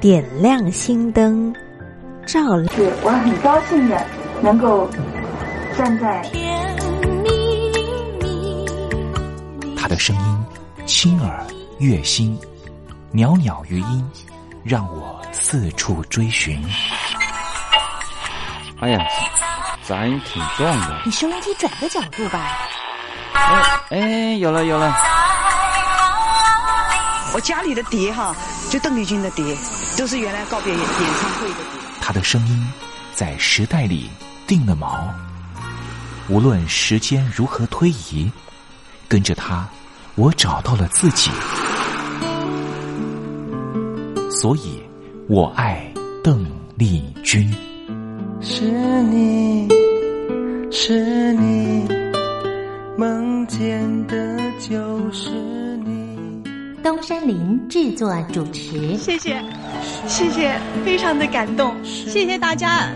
点亮心灯，照亮。我很高兴的能够站在他的声音轻耳悦心，袅袅余音，让我四处追寻。哎呀，杂音挺重的。你收音机转个角度吧。哎，有了有了，我家里的碟哈，就邓丽君的碟，都是原来告别演演唱会的碟。他的声音在时代里定了锚，无论时间如何推移，跟着他，我找到了自己。所以，我爱邓丽君。是你是你，梦见的就是你。东山林制作主持。谢谢，谢谢，非常的感动，谢谢大家。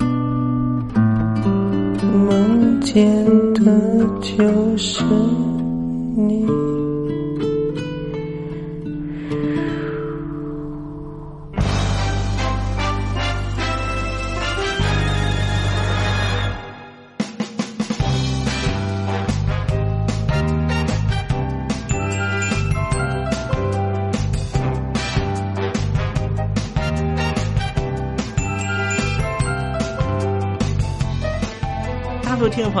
梦见的就是你，大陆听众朋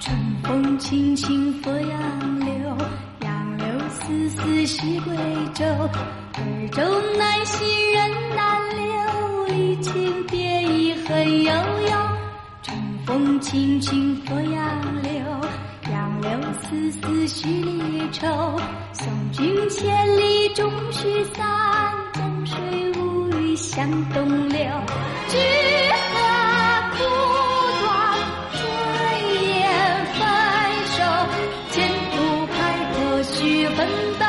春风轻轻拂杨柳，杨柳丝丝是归舟。尔舟难行人难留，离情别意恨悠悠。春风轻轻拂杨柳，杨柳丝丝是离愁。送君千里终须散，江水无语向东流。知何苦短，转眼翻手，千古开阔须横刀。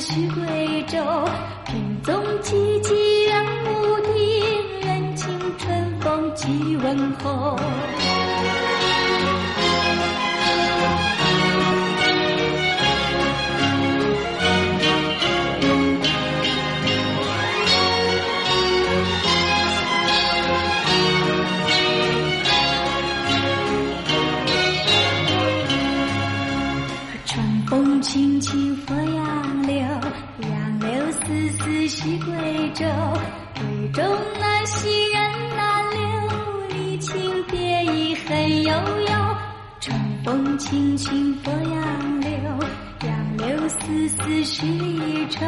是归舟。品纵凄凄人无定，人情春风几问候。风轻轻拂杨柳，杨柳丝丝是归舟。闺中难寻人难留，离情别意恨悠悠。春风轻轻拂杨柳，杨柳丝丝是离愁。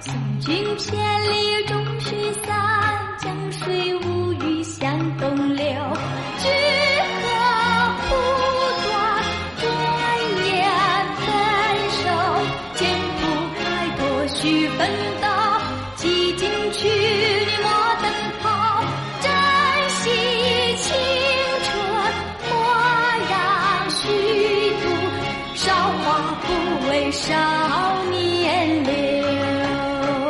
送君千里终须散，江水无语向东流。知何无？去奔到几经去，莫等候，珍惜青春，莫让虚度，韶华不为少年留。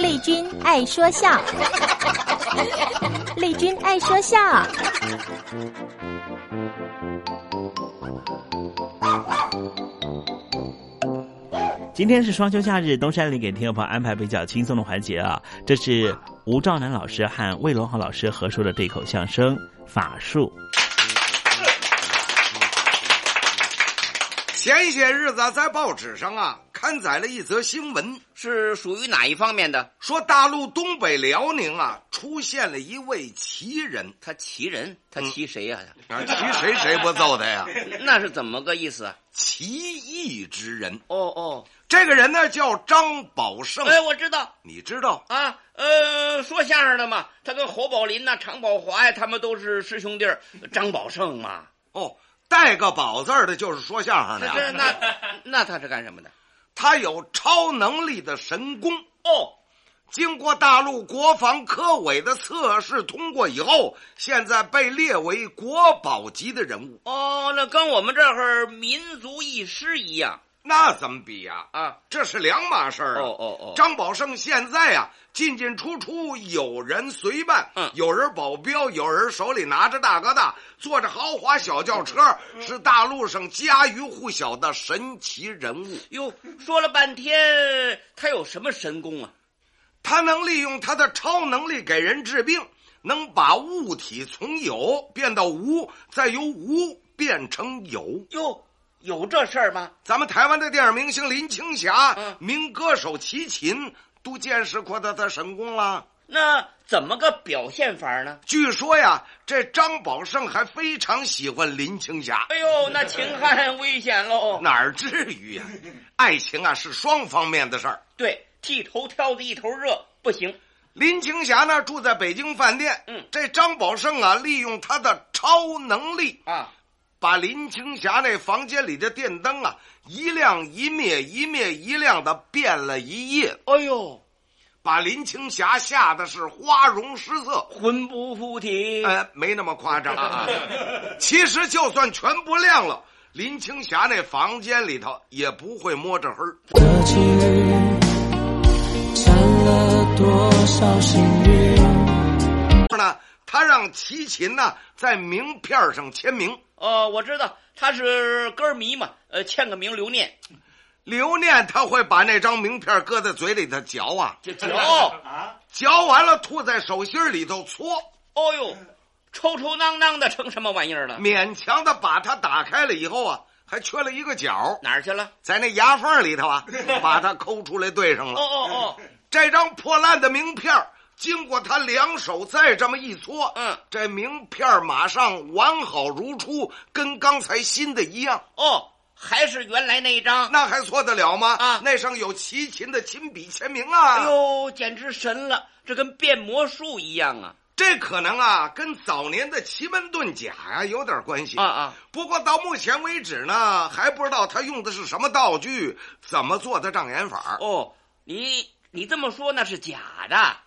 丽君爱说笑， 丽君爱说笑。今天是双休假日，东山里给听众朋友安排比较轻松的环节啊。这是吴兆南老师和魏龙豪老师合说的对口相声《法术》。前些日子在报纸上啊刊载了一则新闻，是属于哪一方面的？说大陆东北辽宁啊出现了一位奇人，他奇人，他奇谁呀、啊？啊，奇谁谁不揍他呀？那是怎么个意思啊？奇异之人。哦哦，这个人呢叫张宝胜。哎，我知道，你知道啊？呃，说相声的嘛，他跟侯宝林呐、啊、常宝华呀，他们都是师兄弟儿。张宝胜嘛，哦。带个“宝”字的，就是说相声的。是 那那他是干什么的？他有超能力的神功哦。经过大陆国防科委的测试通过以后，现在被列为国宝级的人物。哦，那跟我们这儿民族义师一样。那怎么比呀、啊？啊，这是两码事儿啊！哦哦哦！张宝胜现在啊，进进出出有人随伴，嗯，有人保镖，有人手里拿着大哥大，坐着豪华小轿车，嗯、是大陆上家喻户晓的神奇人物。哟，说了半天，他有什么神功啊？他能利用他的超能力给人治病，能把物体从有变到无，再由无变成有。哟。有这事儿吗？咱们台湾的电影明星林青霞、嗯、民歌手齐秦都见识过他的神功了。那怎么个表现法呢？据说呀，这张宝胜还非常喜欢林青霞。哎呦，那秦汉危险喽！ 哪儿至于呀、啊？爱情啊是双方面的事儿。对，剃头挑子一头热不行。林青霞呢住在北京饭店，嗯，这张宝胜啊利用他的超能力啊，把林青霞那房间里的电灯啊一亮一灭，一灭一亮的变了一夜。哎呦，把林青霞吓得是花容失色，魂不附体。呃，没那么夸张啊。其实就算全不亮了，林青霞那房间里头也不会摸着黑儿。占了多少幸运？是呢，他让齐秦呢在名片上签名。哦，我知道他是歌迷嘛，呃，签个名留念。留念他会把那张名片搁在嘴里头嚼啊，嚼啊，嚼完了吐在手心里头搓。啊哦呦，抽抽囔囔的成什么玩意儿了？勉强的把它打开了以后啊。还缺了一个角，哪儿去了？在那牙缝里头啊，把它抠出来对上了。 哦哦哦，这张破烂的名片经过他两手再这么一搓，嗯，这名片马上完好如初，跟刚才新的一样。哦，还是原来那一张，那还错得了吗？啊，那上有齐秦的亲笔签名啊！哎呦，简直神了，这跟变魔术一样啊！这可能啊，跟早年的奇门遁甲啊有点关系啊啊！不过到目前为止呢，还不知道他用的是什么道具，怎么做的障眼法。哦，你你这么说那是假的，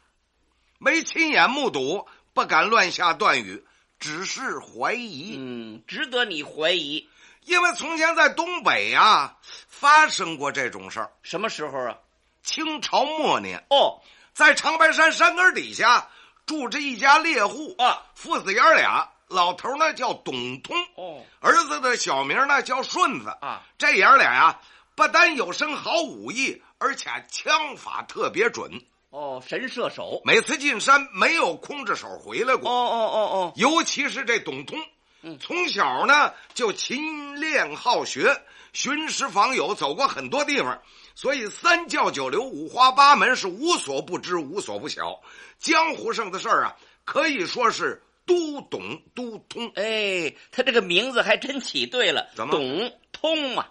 没亲眼目睹，不敢乱下断语，只是怀疑。嗯，值得你怀疑，因为从前在东北啊发生过这种事儿。什么时候啊？清朝末年哦，在长白山山根底下。住着一家猎户啊，父子爷儿俩，老头呢叫董通，哦，儿子的小名呢叫顺子啊。这爷儿俩呀、啊，不单有身好武艺，而且枪法特别准。哦，神射手，每次进山没有空着手回来过。哦哦哦哦，尤其是这董通，嗯，从小呢就勤练好学，寻师访友，走过很多地方。所以三教九流、五花八门是无所不知、无所不晓，江湖上的事儿啊，可以说是都懂都通。哎，他这个名字还真起对了，怎么懂通嘛？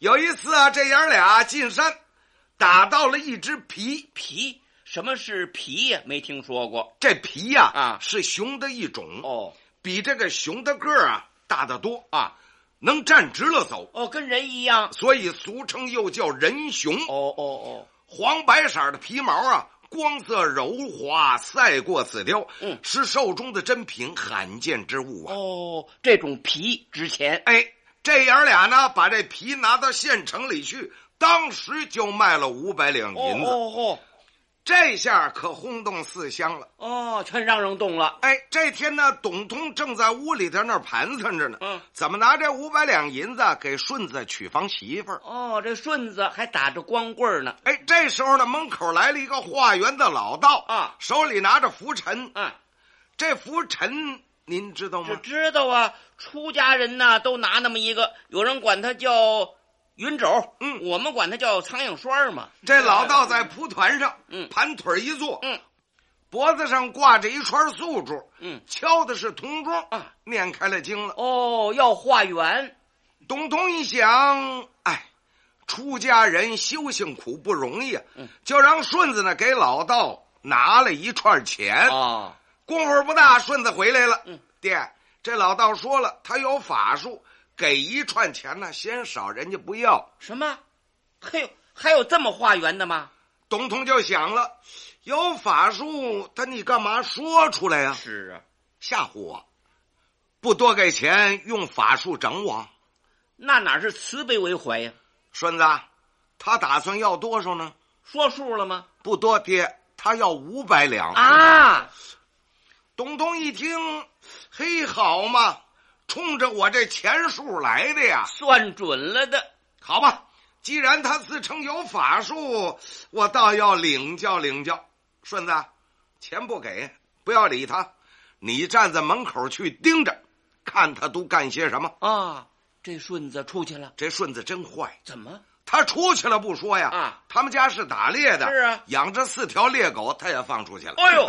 有一次啊，这爷儿俩进山，打到了一只皮皮。什么是皮呀、啊？没听说过。这皮呀、啊，啊，是熊的一种哦，比这个熊的个儿啊大得多啊。能站直了走哦，跟人一样，所以俗称又叫人熊。哦哦哦，黄白色的皮毛啊，光泽柔滑，赛过紫貂，嗯，是兽中的珍品，罕见之物啊。哦，这种皮值钱。哎，这爷俩呢，把这皮拿到县城里去，当时就卖了五百两银子。哦,哦哦，这下可轰动四乡了。哦，全让人动了。哎，这天呢，董通正在屋里头那儿盘算着呢，嗯，怎么拿这五百两银子给顺子娶房媳妇儿？哦，这顺子还打着光棍呢。哎，这时候呢，门口来了一个化缘的老道啊，手里拿着拂尘啊，这拂尘您知道吗？知道啊，出家人呐都拿那么一个，有人管它叫。云肘，嗯，我们管它叫苍蝇栓嘛。这老道在蒲团上，嗯，盘腿一坐，嗯，脖子上挂着一串素珠，嗯，敲的是铜钟啊，念开了经了。哦，要化缘。董通一想，哎，出家人修行苦不容易啊，嗯，就让顺子呢给老道拿了一串钱啊。哦、功夫不大，顺子回来了，嗯，爹，这老道说了，他有法术。给一串钱呢，嫌少，人家不要。什么？嘿，还有这么化缘的吗？董通就想了，有法术，他你干嘛说出来呀、啊？是啊，吓唬我，不多给钱，用法术整我，那哪是慈悲为怀呀、啊？顺子，他打算要多少呢？说数了吗？不多，爹，他要五百两啊！董通一听，嘿，好嘛！冲着我这钱数来的呀，算准了的。好吧，既然他自称有法术，我倒要领教领教。顺子，钱不给，不要理他，你站在门口去盯着，看他都干些什么啊！这顺子出去了，这顺子真坏，怎么？他出去了不说呀，啊，他们家是打猎的，是啊，养着四条猎狗，他也放出去了。哎呦！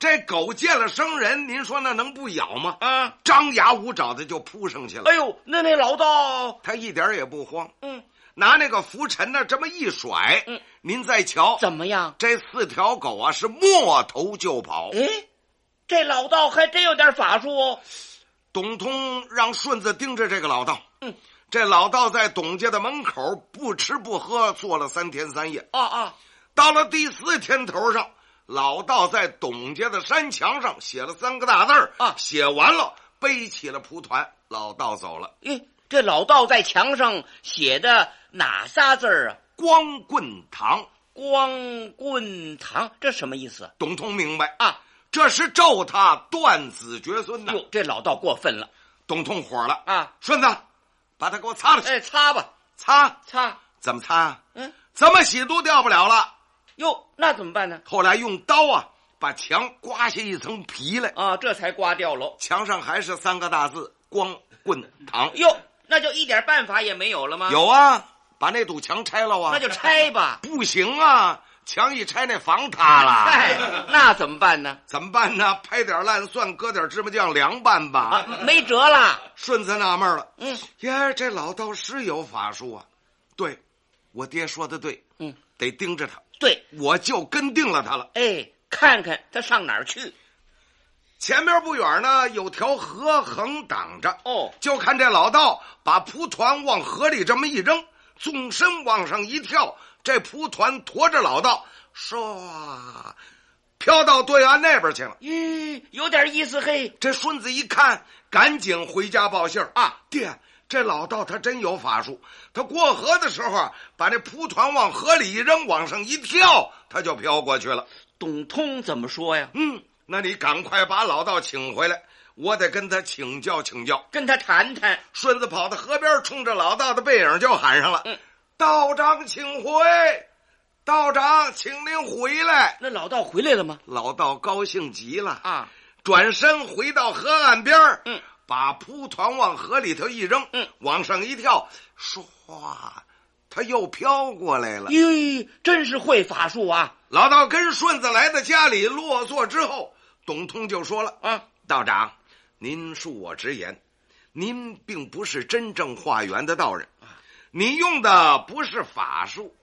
这狗见了生人，您说那能不咬吗？啊，张牙舞爪的就扑上去了。哎呦，那那老道他一点也不慌。嗯，拿那个拂尘呢这么一甩，嗯、您再瞧怎么样？这四条狗啊是没头就跑。哎，这老道还真有点法术哦。董通让顺子盯着这个老道。嗯，这老道在董家的门口不吃不喝坐了三天三夜。啊啊！到了第四天头上，老道在董家的山墙上写了三个大字儿啊，写完了背起了蒲团，老道走了。哎。这老道在墙上写的哪仨字儿啊？光棍堂，光棍堂，这什么意思？董通明白啊，这是咒他断子绝孙呐！哟，这老道过分了，董通火了啊！顺子，把他给我擦了去！哎，擦吧，擦擦，怎么擦？嗯，怎么洗都掉不了了。哟，那怎么办呢？后来用刀啊，把墙刮下一层皮来啊，这才刮掉喽。墙上还是三个大字：光棍堂。哟。那就一点办法也没有了吗？有啊，把那堵墙拆了啊！那就拆吧。不行啊，墙一拆那房塌了。哎， 那怎么办呢？怎么办呢？拍点烂蒜，搁点芝麻酱凉拌吧。啊、没辙了。顺子纳闷了，哎嗯，呀，这老道士有法术啊。对，我爹说的对，嗯，得盯着他。对，我就跟定了他了。哎，看看他上哪儿去。前面不远呢，有条河横挡着。哦，就看这老道把蒲团往河里这么一扔，纵身往上一跳，这蒲团驮着老道，唰，飘到对岸那边去了。咦、嗯，有点意思嘿。这顺子一看，赶紧回家报信啊，爹，这老道他真有法术。他过河的时候，啊把这蒲团往河里一扔，往上一跳，他就飘过去了。董通怎么说呀？嗯。那你赶快把老道请回来，我得跟他请教请教，跟他谈谈。顺子跑到河边，冲着老道的背影就喊上了：“嗯、道长，请回！道长，请您回来！”那老道回来了吗？老道高兴极了啊，转身回到河岸边嗯，把蒲团往河里头一扔，嗯，往上一跳，唰，他又飘过来了。咦，真是会法术啊！老道跟顺子来到家里落座之后。董通就说了：“啊，道长，您恕我直言，您并不是真正化缘的道人，你用的不是法术，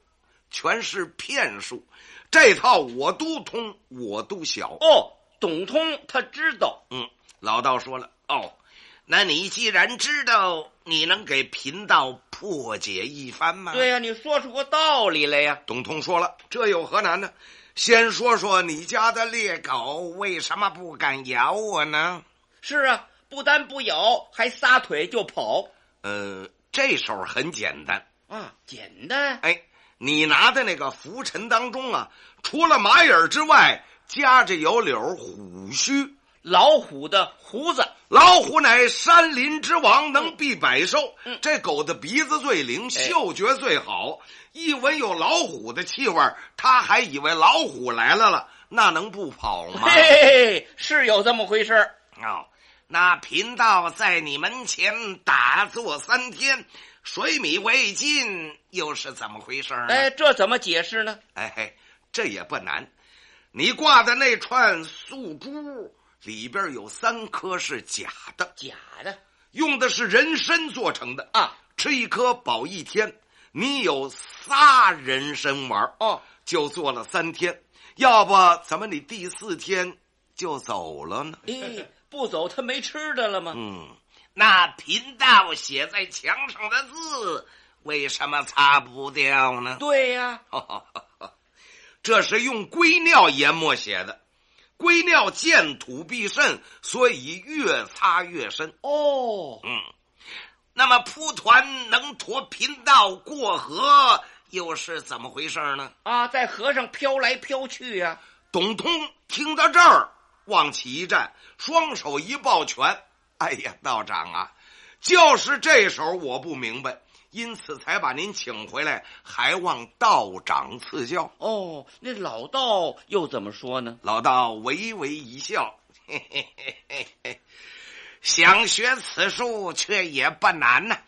全是骗术。这套我都通，我都晓。”哦，董通他知道。嗯，老道说了：“哦，那你既然知道，你能给贫道破解一番吗？”对呀、啊，你说出个道理来呀、啊。董通说了：“这有何难呢？”先说说你家的猎狗为什么不敢咬我呢？是啊，不但不咬，还撒腿就跑。呃，这手很简单啊，简单。哎，你拿的那个拂尘当中啊，除了马眼之外，夹着有绺虎须，老虎的胡子。老虎乃山林之王，能避百兽。嗯、这狗的鼻子最哎灵，嗅觉最好。哎一闻有老虎的气味，他还以为老虎来了了，那能不跑 吗？嘿，是有这么回事哦。那贫道在你门前打坐三天，水米未进，又是怎么回事？哎，这怎么解释呢？哎嘿，这也不难。你挂的那串素珠里边有三颗是假的，假的，用的是人参做成的啊，吃一颗保一天。你有仨人参丸哦，就做了三天，要不怎么你第四天就走了呢？咦，不走他没吃的了吗？嗯，那贫道写在墙上的字为什么擦不掉呢？对呀、啊， 这是用龟尿研墨写的，龟尿见土必渗，所以越擦越深。哦，嗯。那么蒲团能驮贫道过河，又是怎么回事呢？啊，在河上飘来飘去呀、啊！董通听到这儿，往起一站，双手一抱拳：“哎呀，道长啊，就是这手我不明白，因此才把您请回来，还望道长赐教。”哦，那老道又怎么说呢？老道微微一笑：“嘿嘿嘿嘿嘿。”想学此术，却也不难呐、啊，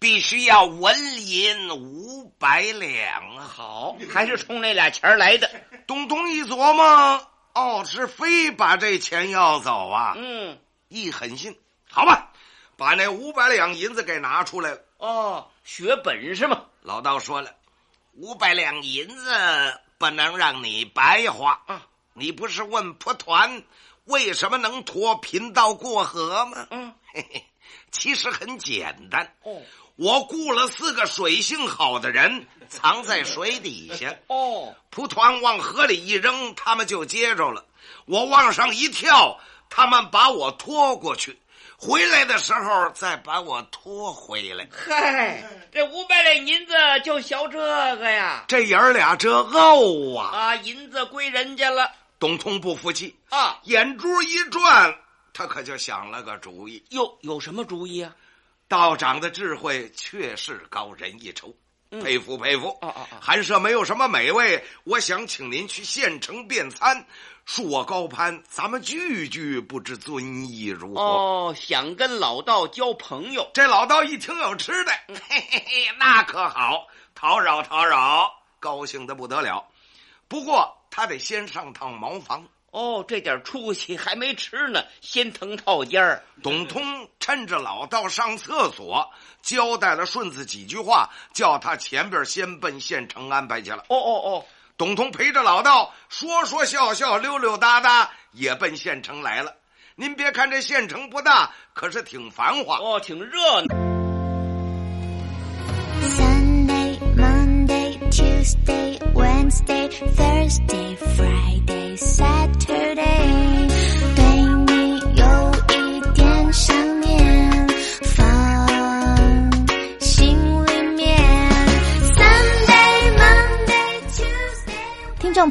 必须要纹银五百两。好，还是冲那俩钱来的。东东一琢磨，哦，是非把这钱要走啊。嗯，一狠心，好吧，把那五百两银子给拿出来了。哦，血本是吗？老道说了，五百两银子不能让你白花啊！你不是问蒲团为什么能驮贫道过河吗？嗯，嘿嘿，其实很简单哦。我雇了四个水性好的人，藏在水底下。 哦，蒲团往河里一扔，他们就接着了。我往上一跳，他们把我拖过去。回来的时候再把我拖回来。嗨，这五百两银子就学这个呀？这爷儿俩这傲啊！啊，银子归人家了。董通不服气啊，眼珠一转，他可就想了个主意。哟，有什么主意啊？道长的智慧确是高人一筹，嗯佩服佩服。啊啊啊！寒舍没有什么美味，我想请您去县城便餐。恕我高攀，咱们聚聚，不知尊意如何？哦，想跟老道交朋友，这老道一听有吃的，嘿嘿嘿，那可好，讨扰讨扰，高兴的不得了。不过他得先上趟茅房。哦，这点出息还没吃呢，先腾套间儿。董通趁着老道上厕所，交代了顺子几句话，叫他前边先奔县城安排去了。哦哦哦，董通陪着老道说说笑笑、溜溜达达，也哦奔县城来了。您别看这县城不大，可是挺繁华哦，挺热闹。 Sunday, Monday, Tuesday, Wednesday, Thursday, Friday, Saturday，对你有一点想念，放心里面。Sunday, Monday, Tuesday。听众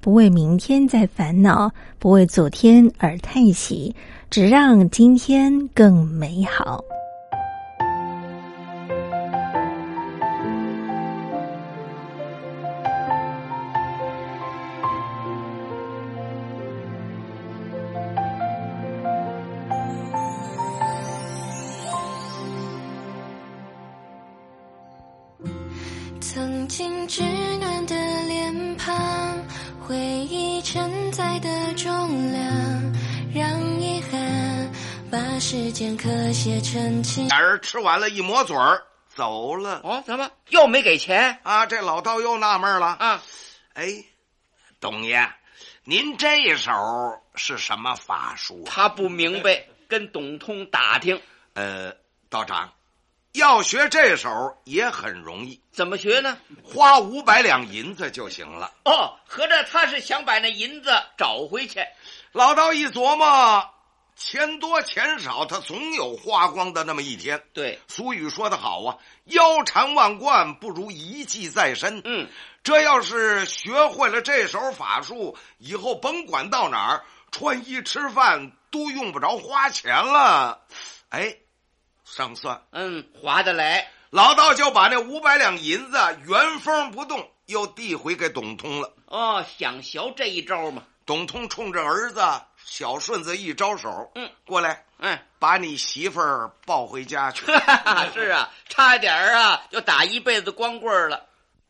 不为明天再烦恼，不为昨天而叹息，只让今天更美好。曾经稚嫩的脸庞，回忆承载的重量，让遗憾把时间刻写成情。俩人吃完了一抹嘴儿走了。哦，怎么又没给钱？啊，这老道又纳闷了啊！哎，董爷，您这手是什么法术啊？他不明白，跟董通打听呃，道长，要学这手也很容易，怎么学呢？花五百两银子就行了。哦，合着他是想把那银子找回去。老道一琢磨，钱多钱少，他总有花光的那么一天。对，俗语说得好啊，腰缠万贯不如一技在身。嗯，这要是学会了这手法术，以后甭管到哪儿，穿衣吃饭都用不着花钱了。哎，上算，嗯，划得来。老道就把那五百两银子原封不动又递回给董通了。哦，想学这一招嘛？董通冲着儿子小顺子一招手，嗯，过来，哎，把你媳妇儿抱回家去。是啊，差点儿啊，就打一辈子光棍儿了。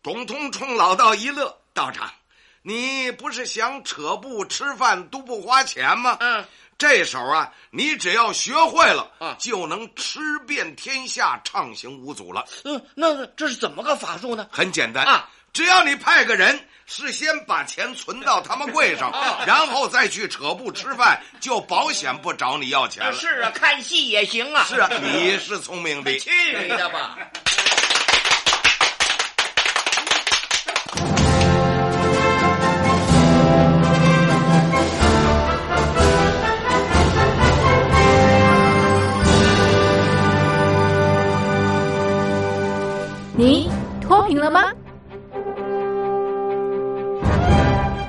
董通冲老道一乐，道长，你不是想扯布吃饭都不花钱吗？嗯，这手啊，你只要学会了，嗯就能吃遍天下，畅行无阻了。嗯，那这是怎么个法术呢？很简单啊，只要你派个人。事先把钱存到他们柜 上，啊然后再去扯布吃饭，就保险不找你要钱了。是啊，看戏也行啊。是啊，你是聪明 的。去你的吧！你脱贫了吗？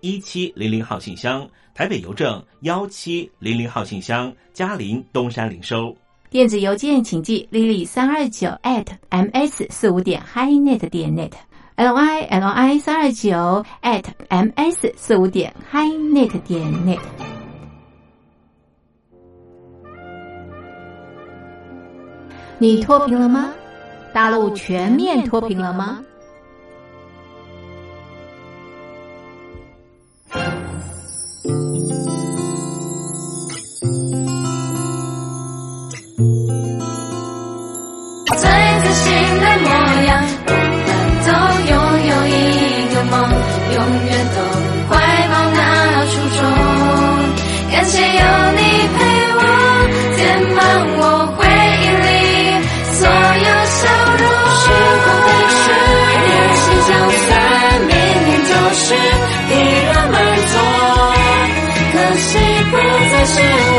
一七零零号信箱，台北邮政幺七零零号信箱，嘉陵东山零收。电子邮件请寄 lily 三二九 at m s 四五点 highnet 点 net l i l i 三二九 at m s 四五点 highnet 点 net。你脱贫了吗？大陆全面脱贫了吗？消散。却依然没错，可惜不再是。